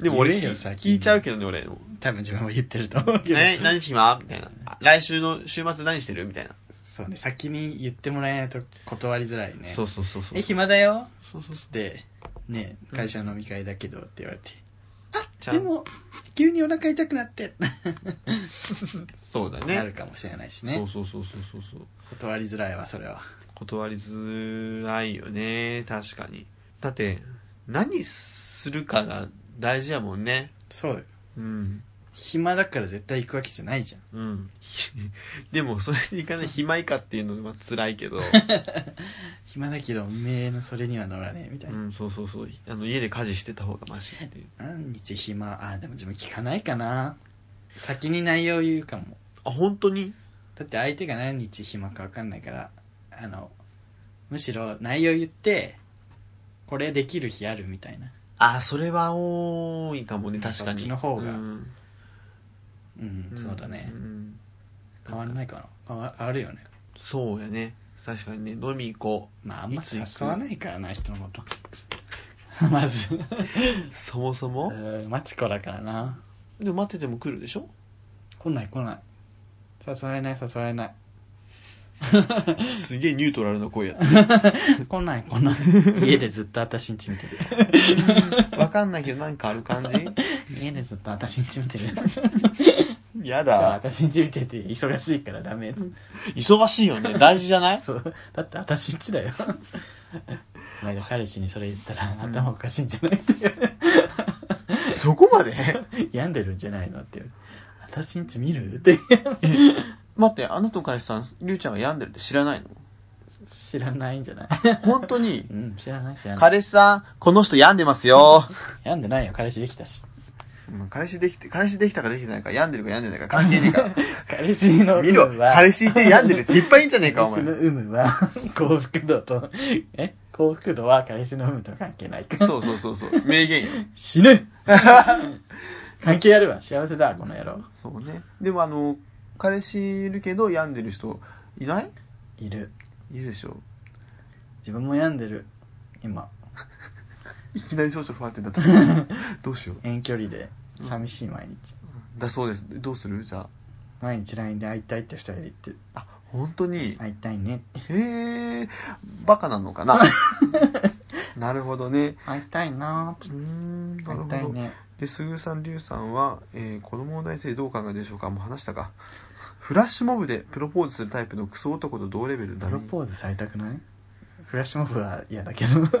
A: でも俺
B: 言え
A: 聞、
B: よ先に
A: 聞いちゃうけどね、俺。も
B: 多分自分も言ってると思うけど、
A: ね、何しまみたいな。あ来週の週末何してるみたいな。
B: そうね先に言ってもらえないと断りづらいね
A: そうそうそうそう。
B: え暇だよ
A: そうそう
B: つってね会社の飲み会だけどって言われて、
A: ちゃ
B: で
A: ん
B: も急にお腹痛くなって、
A: そうだ
B: な
A: ね
B: る。かもしれないし
A: そ
B: ね
A: うそうそうそうそうそう。
B: 断りづらいわそれは
A: 断りづらいよね確かにだって何するかが大事やもんね
B: そうよ
A: うん
B: 暇だから絶対行くわけじゃないじゃん
A: うん でもそれでいかない暇以下っていうのは辛いけ ど、
B: 暇だけどおめえのそれには乗らねえみたいうな、
A: ん、そうそうそうあの家で家事してた方がマシっていう
B: 何日暇あでも自分聞かないかな先に内容言うかも
A: あ本当に
B: だって相手が何日暇か分かんないからあのむしろ内容言ってこれできる日あるみたいな
A: あそれは多いかもね確かに
B: そっちの方が
A: ん
B: うん、そうだね
A: ん
B: 変わんないかな変わ変わるよね
A: そうやね確かにね飲み行こ
B: まああん
A: い
B: ま
A: つ行く
B: 誘わないからな人のこと まず
A: うそもそも、
B: うんマチコだからな
A: でも待ってても来るでしょ
B: 来ない来ない誘われない誘われ ない
A: すげえニュートラルな声や
B: 来ない来ない家でずっと私んち見てる
A: わかんないけどなんかある感じ
B: 家でずっと私んち見てる
A: や
B: 今日
A: だ。
B: 私んち見てて忙しいからダメ
A: 忙しいよね。大事じゃ ない
B: そうだって私んちだよこの間彼氏にそれ言ったら頭おかしいんじゃないって
A: そこまで
B: 病んでるんじゃないのって言う私んち見るって
A: 待って、あなたの彼氏さん、りゅうちゃんが病んでるって知らないの
B: 知らないんじゃない
A: 本当に
B: う。ん、知らない、知らない。
A: 彼氏さん、この人病んでますよ。
B: 病んでないよ、彼氏できたし。
A: うん彼氏できて、彼氏できたかできてないか、病んでるか病んでないか関係ねえか
B: 彼氏の有
A: ら。
B: 無
A: 見ろ、
B: は、
A: 彼氏いて病んでるやついっぱいいんじゃねえか、お
B: 彼氏
A: 前
B: の。有無は、 幸福度と、え幸福度は彼氏の有無と関係ないから。
A: そうそうそう そう。名言よ。
B: 死ぬ 関係あるわ、幸せだ、この野郎。
A: そうね。でもあの、彼氏いるけど病んでる人いない
B: いる。
A: いるでしょ。
B: 自分も病んでる。今、
A: いきなり少々不安定だった。 どうしよう。
B: 遠距離で、寂しい毎日。
A: だそうです。どうするじゃあ。
B: 毎日 LINE で会いたいって二人で言ってる。
A: あ、本当に。
B: 会いたいね。
A: へえ、バカなのかな なるほどね。
B: 会いたいな
A: う
B: ー
A: ーん、な
B: 会
A: る
B: い
A: ほ
B: たい
A: ど。
B: ね。
A: で、すぐさん、りゅうさんは、えー子供の大生どうお考えでしょうかもう話したか。 フラッシュモブでプロポーズするタイプのクソ男と同レベルだ
B: プ
A: ね
B: ロ。ポーズされたくないフラッシュモブは嫌だけど フ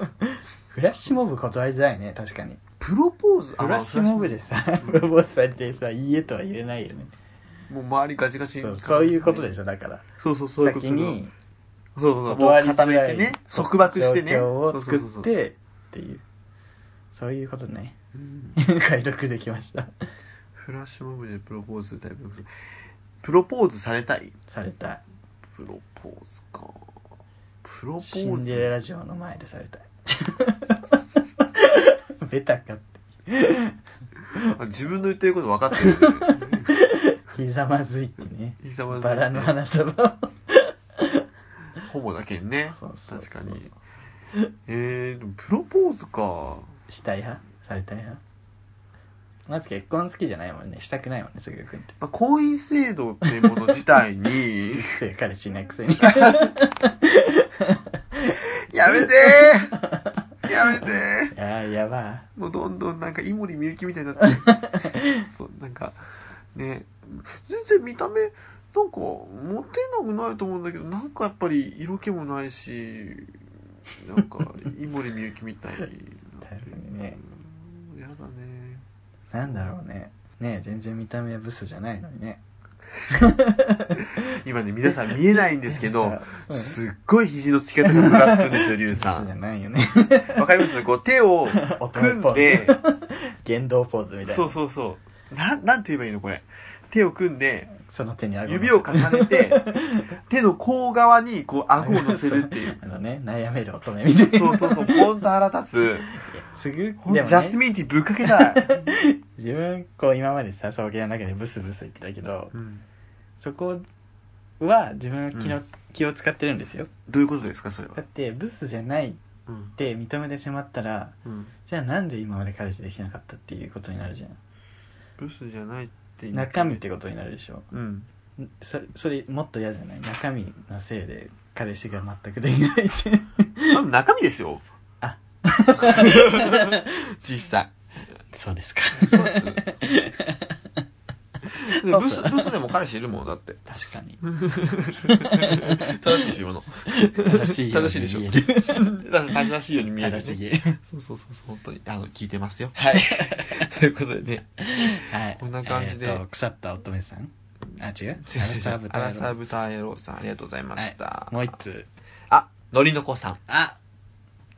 B: ラッシュモブ断りづらいね確かに
A: プロポーズ
B: フラッシュモブ
A: で。
B: でさ プロポーズされてさ「いいえ」とは言えないよね
A: もう周りガチガチに
B: そうそういうことで
A: し
B: しょだから
A: そうそうそういうこと
B: 先に
A: そうそうそう。も
B: 断
A: う
B: りづ
A: 固
B: らい
A: めてね。束縛してね。
B: 状況を
A: そ
B: 作
A: うそう
B: っ
A: そう
B: てっていうそういうことね
A: うん
B: 解読できました
A: フラッシュモブでプロポーズするタイプのクソプロポーズされたい
B: された
A: プロポーズか。プロポ
B: シンデレ
A: ーズ。
B: ラ城の前でされ たいベタかって
A: あ自分の言ってること分かって る、ね。
B: ひざまずいてね
A: ひざまずい
B: バ
A: て
B: ラの花束を
A: ほぼだけんね
B: そうそうそう
A: 確かにえー、でもプロポーズか
B: したい派されたい派まず結婚好きじゃないもんねしたくないもんねすぐくんって
A: まあ婚姻制度っていうもの自体 に
B: せえ彼氏いないく せに
A: やめてーやめてー
B: ああやば
A: もうどんどんなんか井森美幸みたいにな ってそうなんかね全然見た目なんかモテなくないと思うんだけどなんかやっぱり色気もないしなんか井森美幸みたいになって
B: 確かにね
A: うんやだね
B: なんだろうねねえ全然見た目はブスじゃないのにね
A: 今ね皆さん見えないんですけ ど
B: さうん
A: すっごい肘のつき方がムカつくんですよ、リュウさ
B: ブスじゃ
A: ん。
B: ないよね
A: わかりますこう手を組ん で、
B: 言動ポーズみたいな
A: そうそうそう。なん、なんて言えばいいのこれ。手を組んで、
B: その手に顎
A: 指を重ね て、手の甲側にこう顎を乗せるっていう。
B: あのね悩める乙女みたいな
A: そうそうそう、ほんと腹立
B: すぐ
A: つ。ほん
B: で
A: と
B: も
A: ジャス
B: ね
A: ミンティーぶっかけた い。
B: 自分こう今までさ送迎の中でブスブス言ってたけど
A: うん
B: そこは自分は気
A: う
B: の気を使ってるんですよ
A: どういうことですか、それは
B: だっ。てブスじゃない
A: うん
B: っ。て認めてしまったら
A: うん。
B: じゃあなんで今まで彼氏できなかったっていうことになるじゃん
A: ブスじゃないって言う
B: 中身っ。てことになるでしょ
A: うん。
B: んそれそれもっと嫌じゃない中身のせいで彼氏が全くできないって
A: 多分中身ですよ。
B: あ。
A: 実際。
B: そうですか
A: そうです。
B: そうっ
A: ブ
B: す
A: ス、ブスでも彼氏いるもん、だ って。
B: 確かに
A: 正しいし、今の。
B: 正しいよ
A: 正
B: うに
A: しいでしょ
B: 見える。
A: だから正しいように見える、ね。
B: 正しい
A: そうそうそうそう、本当に。あの、聞いてますよ。
B: はい
A: ということでね。
B: はい
A: こんな感じで
B: えーと腐った乙女さんあ違う
A: 違う違う
B: アラサーブ
A: ア
B: タ
A: ラ
B: イ
A: サーブタイローさん、ありがとうございました。
B: もう一通
A: あ、のりのこさん。
B: あ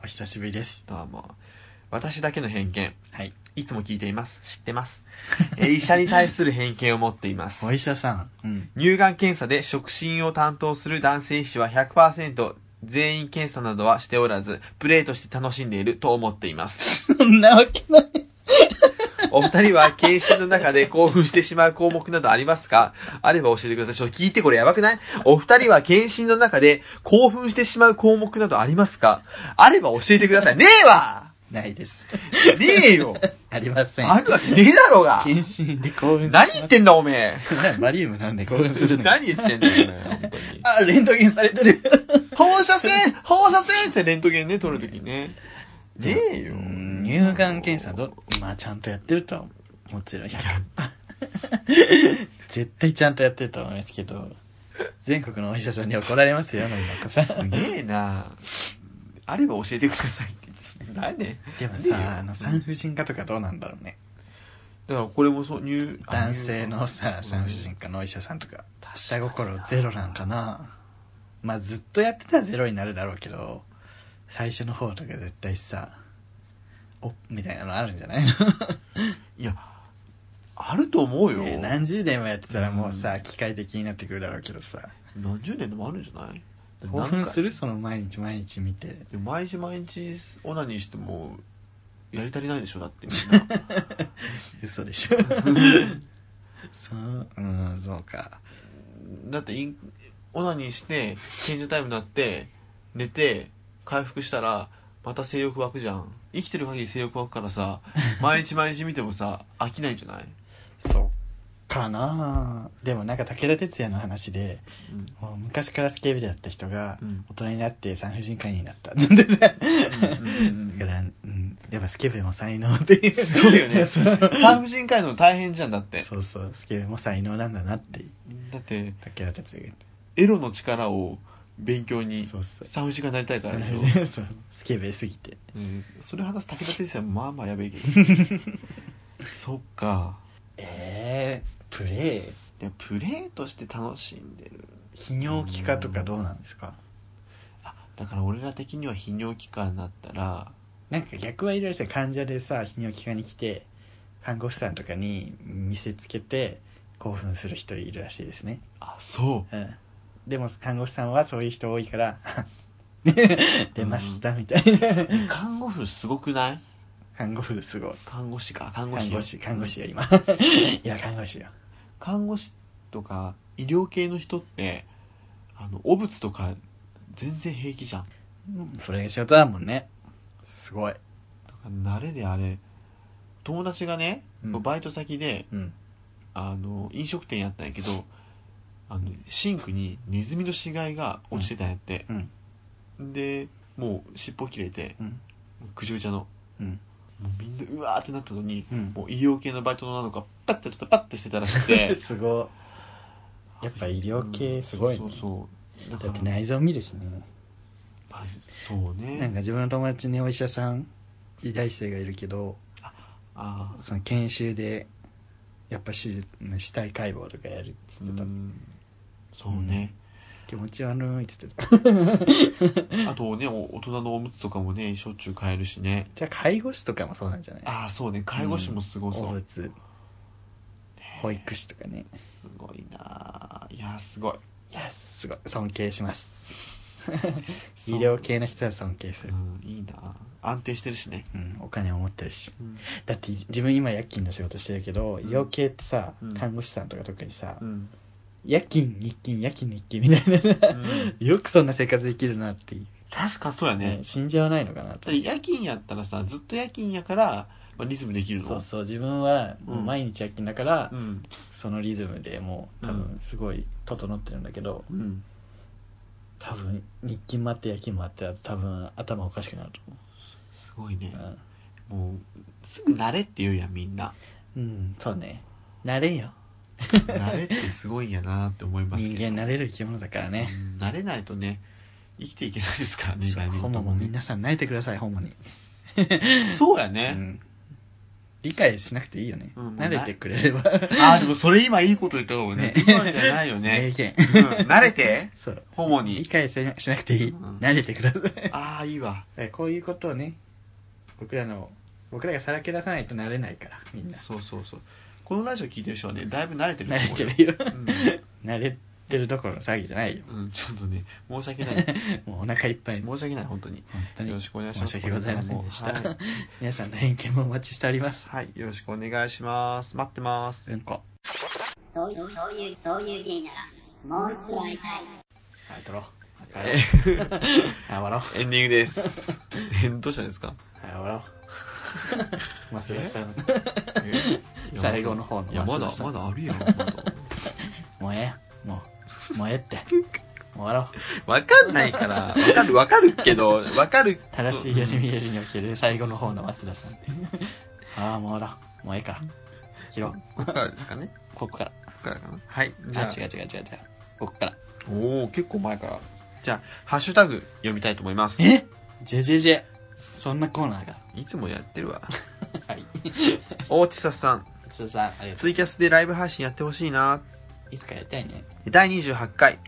B: お久しぶりです
A: どうも。私だけの偏見。
B: はい
A: いつも聞いています。知ってます。えー医者に対する偏見を持っています
B: お。医者さん、うん、
A: 乳がん検査で触診を担当する男性医師は100%全員検査などはしておらず、プレーとして楽しんでいると思っています。
B: そんなわけない
A: お二人は検診の中で興奮してしまう項目などありますかあれば教えてください。ちょっと聞いてこれやばくないお二人は検診の中で興奮してしまう項目などありますかあれば教えてください。ねえわ
B: ないです
A: ねえよ
B: ありません
A: あるわけねえだろうが
B: 検診で興奮しま
A: 何
B: す
A: 言ってんだおめ
B: バリウムなんで興奮す
A: え
B: るの
A: 何言ってんだよおめえ本当に。
B: あ、レントゲンされてる。
A: 放射線放射線ってレントゲンね、撮るときね。ねえよ。
B: うん乳がん検査ど、まあちゃんとやってるとはもちろん100%。絶対ちゃんとやってると思いますけど、全国のお医者さんに怒られますよ、なんかさ
A: す
B: ん。
A: げえなあれば教えてくださいって。何ね
B: でも
A: いいよ
B: さ、あの産婦人科とかどうなんだろうね。
A: だからこれもそう、乳、あ
B: 男性の
A: 乳
B: さ、産婦人科のお医者さんとか、下心ゼロなんかな。まあずっとやってたらゼロになるだろうけど、最初の方とか絶対さ、おみたいなのあるんじゃないの
A: いやあると思うよ、
B: ね何十年もやってたらもうさ、機械的になってくるだろうけどさ、
A: 何十年でもあるんじゃない
B: 興奮す
A: る
B: るその毎日毎日見て。
A: 毎日毎日オナニーしてもやり足りないでしょだってみんな
B: 嘘 でしょそううんそうか
A: だってインオナニーして検事タイムになって寝て回復したらまた性欲湧くじゃん生きてる限り性欲湧くから さ毎日毎日見てもさ飽きないんじゃない、
B: そうかなでもなんか武田鉄矢の話で
A: うん
B: もう昔からスケベだった人が
A: うん
B: 大人になって産婦人科医になったずんでねだ
A: うんうんうん
B: から、うん、やっぱスケベも才能っていう
A: すごいよね
B: そう
A: 産婦人科医の大変じゃんだって
B: そうそうスケベも才能なんだなって
A: だって
B: 武田鉄矢が言っ
A: エロの力を勉強
B: て
A: に
B: そうそう
A: 産婦人科になりたいからでしょ
B: そうスケベすぎて
A: うんそれ話す武田鉄矢もまあまあや べえけどそっか
B: えー、プレイ
A: でもプレーとして楽しんでる
B: 泌尿器科とかどうなんですか
A: あだから俺ら的には泌尿器科になったら
B: なんか逆はいろいろさ患者でさ泌尿器科に来て看護師さんとかに見せつけて興奮する人いるらしいですね、
A: あそ
B: うん、でも看護師さんはそういう人多いから 「出ました」みたいな
A: う看護婦すごくない
B: 看護婦すごい
A: 看護師か看護師
B: 看
A: よ
B: 護師看護師よ今いや看護師よ
A: 看護師とか医療系の人ってあの汚物とか全然平気じゃん
B: それが仕事だもんねすごい
A: だから慣れであれ友達がね、
B: うん
A: バイト先で
B: うん
A: あの飲食店やったんやけどあのシンクにネズミの死骸が落ちてたんやって、
B: うん
A: でもう尻尾切れて
B: うん
A: ぐちゃぐちゃの
B: うん
A: もうみんなうわーってなったのに
B: うん
A: もう医療系のバイトのなのかパッてちょっとパッてしてたら しくて
B: すごいやっぱ医療系すごいね
A: うんそうそうそうだか
B: だ
A: ら
B: って内臓見るしね
A: まあそうね
B: なんか自分の友達にお医者さん医大生がいるけど
A: ああ
B: その研修でやっぱ手術死体解剖とかやるって
A: う
B: 言ってた、
A: んそうね、
B: 気持ち悪いって言ってた
A: あとねお大人のおむつとかもねしょっちゅう買えるしね
B: じゃあ介護士とかもそうなんじゃない
A: ああそうね介護士もすごそう、
B: 動物保育士とかね
A: すごいなあいやすごい
B: いやすごい尊敬します
A: そ
B: 医
A: う
B: 療系の人は尊敬す
A: う
B: る、
A: んいいなあ安定してるしね
B: うん、お金を持ってるし
A: うん
B: だって自分今夜勤の仕事してるけど、医療系ってさ、
A: うん
B: 看護師さんとか特にさ、
A: うん、
B: 夜勤日勤夜勤日勤みたいなさ、よくそんな生活できるなっていう
A: 確かそうやね
B: ね、信じはないのかなと
A: だって夜勤やったらさずっと夜勤やから、まあ、リズムできるの
B: そうそう自分はもう毎日夜勤だから、
A: うん
B: そのリズムでもう多分すごい整ってるんだけど、
A: うん
B: 多分日勤もあって夜勤もあってだと多分頭おかしくなると
A: すごいね、
B: 思う
A: もうすぐ慣れって言うやんみんな
B: うん、うん、そうね慣れんよ
A: 慣れってすごいんやなって思いますけど
B: 人間慣れる生き物だからね
A: うん慣れないとね生きていけないですからね
B: そう
A: 意外に
B: ホモも皆さん慣れてくださいホモに、
A: そうや
B: う
A: ね、
B: ん、理解しなくていいよね、
A: うん
B: 慣れてくれれば
A: ああでもそれ今いいこと言ったかもね
B: ね
A: 今じゃないよ
B: 名
A: ね、
B: 言
A: うん、慣れて
B: そう
A: ホモ
B: 理
A: に
B: 解せなしなくていい、
A: うん
B: 慣れてください
A: ああいいわ
B: えーこういうことをね僕らの僕らがさらけ出さないとなれないからみんな
A: そうそうそうこのラジオ聞いてる人はねだいぶ慣れてると
B: 慣れ
A: 思う
B: て
A: よ
B: るよ
A: う
B: 慣れてるどころの詐欺じゃないよ
A: ん、うん、ちょっとね申し訳 ない申
B: もうお腹いっぱい
A: し訳ない本当に
B: 当に
A: よろしくお願いします
B: 申し訳ございませんでした、
A: はい
B: 皆さんの偏見もお待ちしております
A: はい、よろしくお願いします待ってます
B: うんこ
D: そういう、そういう、そういう芸なら、もう一度会いたい。
B: あ取ろう帰ろうあ終 わろう
A: エンディング です。えどうしたんですか
B: あ終わろ う増田さん最
A: 最後の
B: 後の方
A: 方
B: の
A: の。いや、ま
B: 松
A: だ
B: 田、さん
A: まだあるやん。まだ
B: もうええやもうもうええ ってもう終わろう
A: わかんないから、わかる、わかるけど、わかる。
B: 正しいより見えるにおける最後の方の増田 さんああもう終わろうもうええから切ろう
A: ここからですかね。
B: ここから
A: ここからかな。はい。じ
B: あ
A: ゃ
B: 違う違う違う違うここから
A: あ、おお結構前から。じゃあ、ハッシュタグ読みたいと思います。
B: えジェジェジェそんなコーナーが
A: いつもやってるわ。
B: はい
A: 大地ささん、
B: 松田さんありがと
A: ツイキャスでライブ配信やってほしいな。
B: ういつかやりたいね
A: 第28回、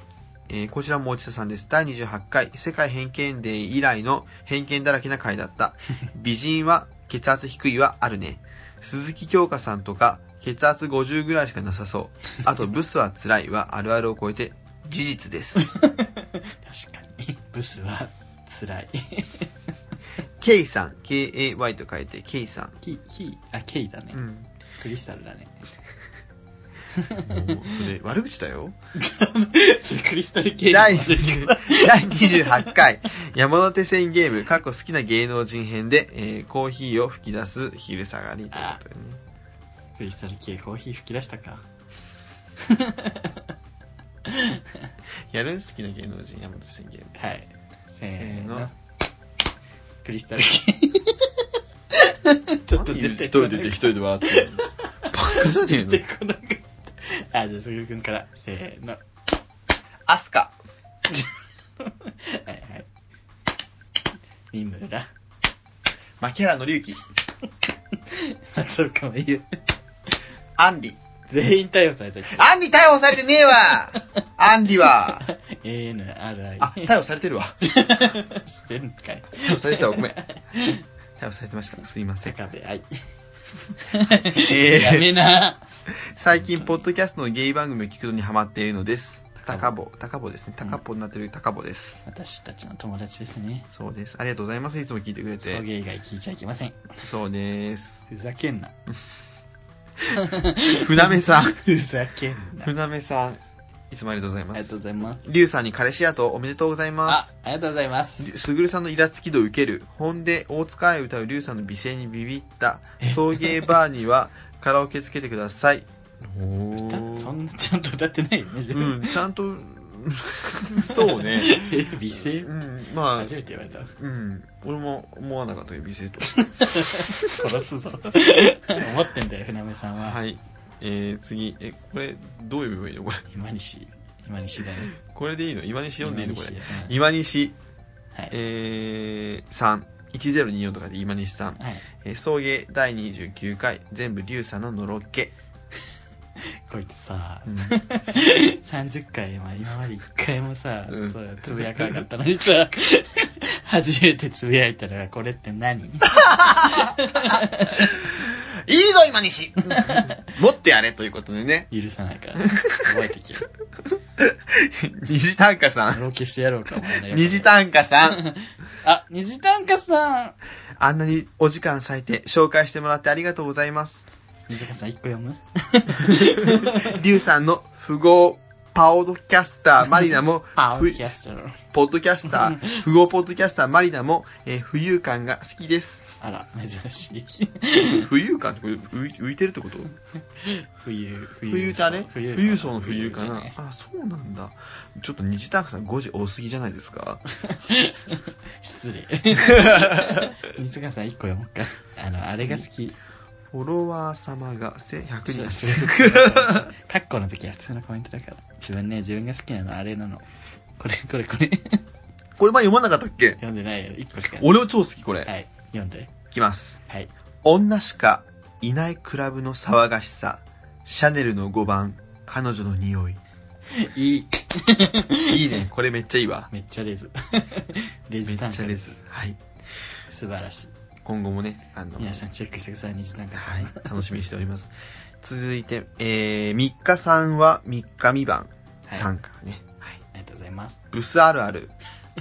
A: えーこちらも大地田さんです。第28回、世界偏見デー以来の偏見だらけな回だ った。美人は血圧低いはあるね。鈴木京香さんとか、血圧50ぐらいしかなさそう。あと、ブスは辛いはあるあるを超えて、事実 です。
B: 確かに。ブスは辛い。
A: K さん、K-A-Y と書いて、K さん。
B: キー、キー、あ、ケイだね
A: う。ん。
B: クリスタルだね。
A: もう、それ、悪口だよ。
B: それクリスタルケイの
A: 第
B: 悪い
A: 20第28回、山手線ゲーム、過去好きな芸能人編で、えーコーヒーを吹き出す昼下がりということでね。
B: クリスタルケイコーヒー吹き出したか。
A: やる好きな芸能人、山手線ゲーム。
B: はい。せー
A: せー
B: の
A: の。
B: クリスタル ケイ。ちょっと出て
A: 一人で一人で笑ってる。バカじゃね
B: 出
A: え
B: て
A: の
B: こなかった。あ、じゃあ、すぐるくんから、せーの。は
A: アスカ。
B: いはい。三村、
A: 牧原紀之。
B: 松岡真優。
A: アンリ。
B: 全員逮捕されたっけ
A: アンリ逮捕されてねえわアンリは。あ、
B: ANRI
A: 逮捕されてるわ。
B: してるんかい
A: 逮捕されてたわ、ごめん。逮捕されてました。すいません。
B: 高部愛
A: え
B: やめな
A: 最近、ポッドキャストのゲイ番組を聞くのにハマっているのです。高坊、高坊ですね。高坊になってる高坊です。
B: 私たちの友達ですね
A: そうです。ありがとうございます。いつも聞いてくれ
B: 送
A: て。
B: 迎以外聞いちゃいけません
A: そうです。
B: ふざけんな
A: 船目 さん。
B: ふざけんなあ
A: 船目さん。いつもありがとうございま
B: りがと
A: す
B: うご。ざいます
A: リュウさんに彼氏やとおめでとうございま
B: あ
A: す。
B: ありがとうございます
A: すぐるさんのイラつき度受ける。ほんで、大塚愛歌うリュウさんの美声にビビった。送迎バーにはカラオケつけてください。お
B: だそんなちゃんと歌ってないよね自
A: う
B: 分
A: ん、ちゃん と、そうね。
B: え美声
A: うん、まあ、
B: 初めて言われたわ
A: うん、俺も思わなかったよ、美 声と。
B: 殺 すぞ思ってんだよ船目さんは
A: はい。えー、次。え、これ、どう呼べばいいのこれ。
B: 今西今西だね
A: これでいいの今西読んでいいのこれ。今
B: 今西
A: 西、
B: はい
A: えー、さん。1024とかで今西さん。
B: はい
A: えー、送迎第29回。全部龍さんののろっけ。
B: こいつさ
A: うん
B: 30回は今まで1回もさ、
A: うん
B: そうつぶやかなかったのにさ 初めてつぶやいたのがこれって何
A: いいぞ、今 西持ってやれということで ね。
B: 許さないから覚えてきよ
A: 虹短歌さん。
B: ロケしてやろうかお前の
A: 虹短歌さ ん。
B: あ虹短歌さん
A: あんなにお時間割いて紹介してもらってありがとうございます。
B: 虹短歌さん1個読む
A: 龍さんの富豪パオドキャスターマリナも、
B: パウキャストの
A: ポッドキャス ター、富豪ポッドキャスターマリナも、えー浮遊感が好きです。
B: あら珍しい
A: 浮遊感ってこれ浮い浮いてるってこと
B: 冬
A: 浮遊ってあれ
B: 浮遊
A: 浮遊層の浮遊か
B: じゃ
A: な
B: ね
A: あ、そうなんだ。ちょっと虹タンクさん5時多すぎじゃないですか
B: 失 礼虹短歌さん1個読もうかあのあれが好き
A: フォロワー様がせ
B: そ
A: 100
B: う
A: 人。
B: そうカッコの時は普通のコメントだから自分ね自分が好きなのあれなのこれこれこれ
A: これ前読まなかったっけ
B: 読んでないよ1個しかない
A: 俺も超好きこれ。
B: はい読んで
A: いきます。
B: はい
A: 女しかいないクラブの騒がしさ。シャネルの5番、彼女の匂い。
B: いい
A: いいね。これめっちゃいいわ。
B: めっちゃレ ズ
A: め
B: レズ
A: っ
B: 短
A: ちゃ
B: 歌
A: で
B: ですす。
A: はい。
B: 素晴らしい
A: 今後もね、あの、
B: 皆さんチェックしてください虹短歌さん、
A: はい、楽しみにしております。続いて、えー、三日さんは三日三晩
B: はい
A: さんからね。はい。
B: ありがとうございます
A: ブスあるある。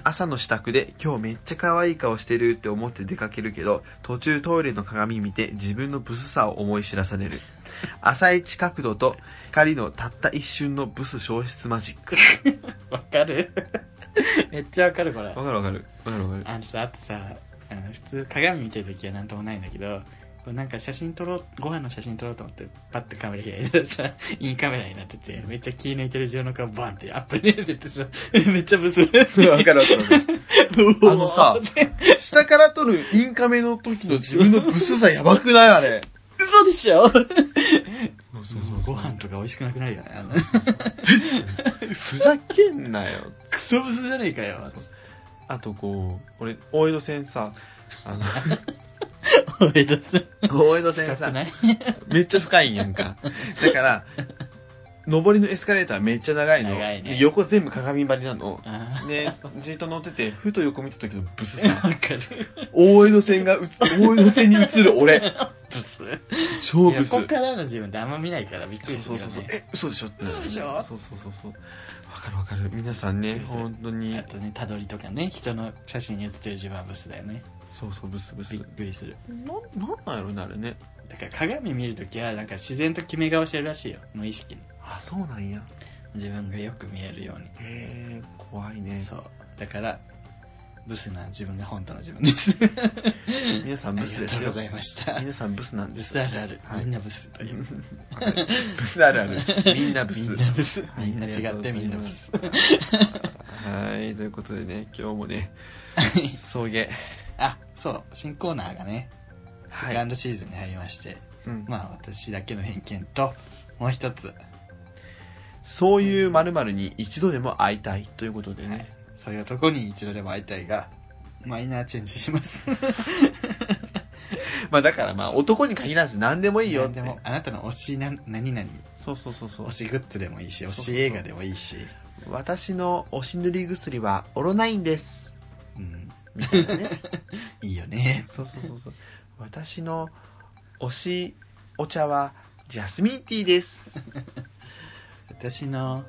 A: 朝の支度で今日めっちゃ可愛い顔してるって思って出かけるけど、途中トイレの鏡見て自分のブスさを思い知らされる。浅い知角度と光のたった一瞬のブス消失マジック。
B: わかる めっちゃわかるこれ
A: わかるわかる。わかるわかる。
B: あのさあとさあの普通鏡見てる時は何ともないんだけどこうなんか写真撮ろうご飯の写真撮ろうと思ってパッてカメラ開いたらさ インカメラになっててめっちゃ気抜いてる自分の顔バンってアップに入れてさめっちゃブス
A: わかるわかるわかる。
B: あ
A: あのさ下から撮るインカメの時の自分のブスさやばくないあれ。
B: 嘘でしょ
A: そう
B: ご飯とか美味しくなくなるよねあの
A: ふざけんなよ。
B: クソブスじゃねえかよ
A: あとこう、俺、大江戸線さ、あ
B: おめでとう
A: の、大江戸線
B: 使って
A: さ
B: な、い
A: めっちゃ深いんやんか。だから、上りのエスカレーターめっちゃ長いの。
B: 長いね
A: で横全部鏡張りなの。
B: あ
A: で、じっと乗ってて、ふと横見た時のブスさ。
B: わかる。
A: 大江戸線がうつ、大江戸線に映る俺。
B: ブス。
A: 超ブス。
B: 横からの自分ってあんま見ないからびっく
A: そう
B: りす
A: そ
B: る
A: う
B: よ
A: そうそう。
B: ね。
A: え、嘘でしょってなる
B: そうでしょ
A: そうそうそうそう。わかるわかる。皆さんね、
B: 嘘
A: 本当に
B: あ。とね、たどりとかね、人の写真に写ってる自分はブスだよね。
A: そうそう、ブスブス。
B: びっ
A: な、
B: くりする。
A: なんなんやろね、あれね。
B: だから鏡見るときは、なんか自然と決め顔してるらしいよ。無意識に。
A: あ、そうなんや。
B: 自分がよく見えるように。
A: へえ、怖いね。
B: そう。だから、ブスな自分が本当の自分です。
A: 皆さ
B: あ
A: ん
B: り
A: ブスで
B: がと
A: す
B: う
A: よ
B: ご。ざいました。
A: 皆さんブスなんで
B: ブ
A: す。
B: ス あるある。
A: はい
B: みんなブスという。
A: ブスあるあ る。みんなブ
B: み
A: ス。
B: んな ブス。
A: はい
B: みんな違ってみんなブス。。
A: ありがとうございます はい、ということでね、今日もね、送迎。
B: あ、そう。新コーナーがね、セ
A: は
B: カ
A: い
B: ン。ドシーズンに入りまして、
A: うん
B: まあ私だけの偏見と、もう一つ、
A: そういう〇〇に一度でも会いたいということで
B: はい
A: ね。
B: そういうとこに一度でも会いたいが、マイナーチェンジします。
A: まあだからまあ男に限らず何でもいいよっ
B: 何
A: て
B: で。も、あなたの推しな、何々、
A: そうそうそうそう
B: 推。しグッズでもいいし、推し映画でもいいし、
A: 私のおし塗り薬はオロナインです。
B: うん、
A: みたいなね。
B: いいよね。
A: そうそうそうそう。私の推しお茶はジャスミンティーです。
B: 私の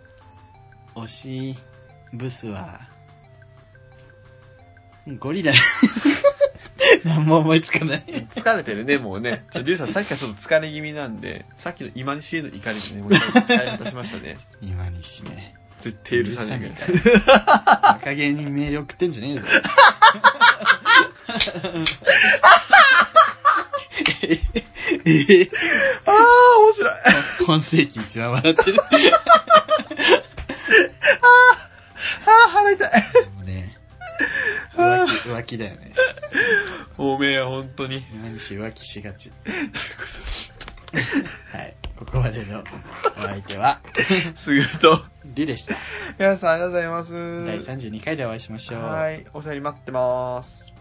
B: 推しブスは、ゴ リラ。何も思いつかない。
A: 疲れてるね、もうね。ちょ、リュウさんさっきからちょっと疲れ気味なんで、さっきの今にしえの怒りでね、もう疲れ果たしましたね。
B: 今にしね。
A: 絶対許さねえから。
B: バカ芸人メール送ってんじゃ ねえぞ。ええ
A: ああ、面白い。
B: 今世紀一番笑 ってる。
A: ああ、腹痛い。
B: もうね、浮気、浮気だよね。
A: おめえ、本当に。
B: 今にし浮気しがち。はい。ここまでのお相手は、
A: すぐると。
B: リュでした。
A: 皆さん、ありがとうございます。
B: 第32回でお会いしましょう。
A: はい、お便り待ってます。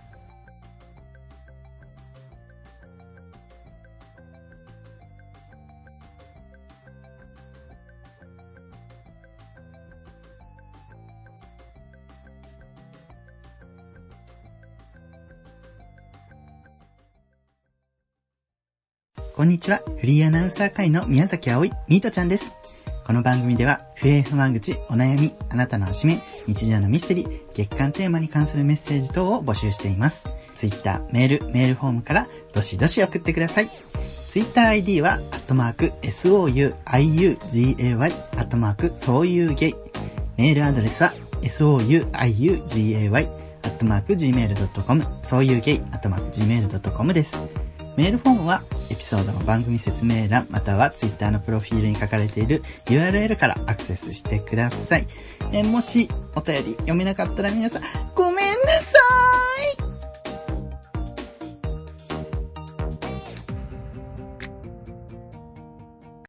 B: こんにちは。フリーアナウンサー会の宮崎葵、ミートちゃんです。この番組では、不平不満口、お悩み、あなたのおしめ、日常のミステリー、月間テーマに関するメッセージ等を募集しています。ツイッター、メール、メールフォームから、どしどし送ってください。ツイッター ID は、アットマーク、souiugay、アットマーク、そういうゲイ。メールアドレスは、souiugay、アットマーク、gmail.com、そういうゲイ、アットマーク、gmail.com です。メールフォームはエピソードの番組説明欄または Twitter のプロフィールに書かれている URL からアクセスしてください。えーもしお便り読めなかったら皆さん、ご